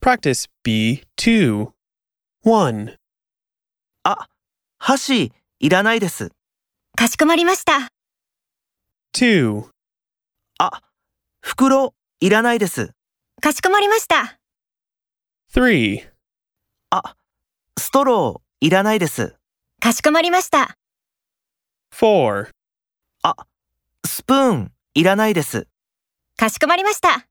Practice B2. 1. あ、箸、いらないです。かしこまりました。 2. あ、袋、いらないです。かしこまりました。 3. あ、ストロー、いらないです。かしこまりました。 4. スプーン、いらないです。かしこまりました。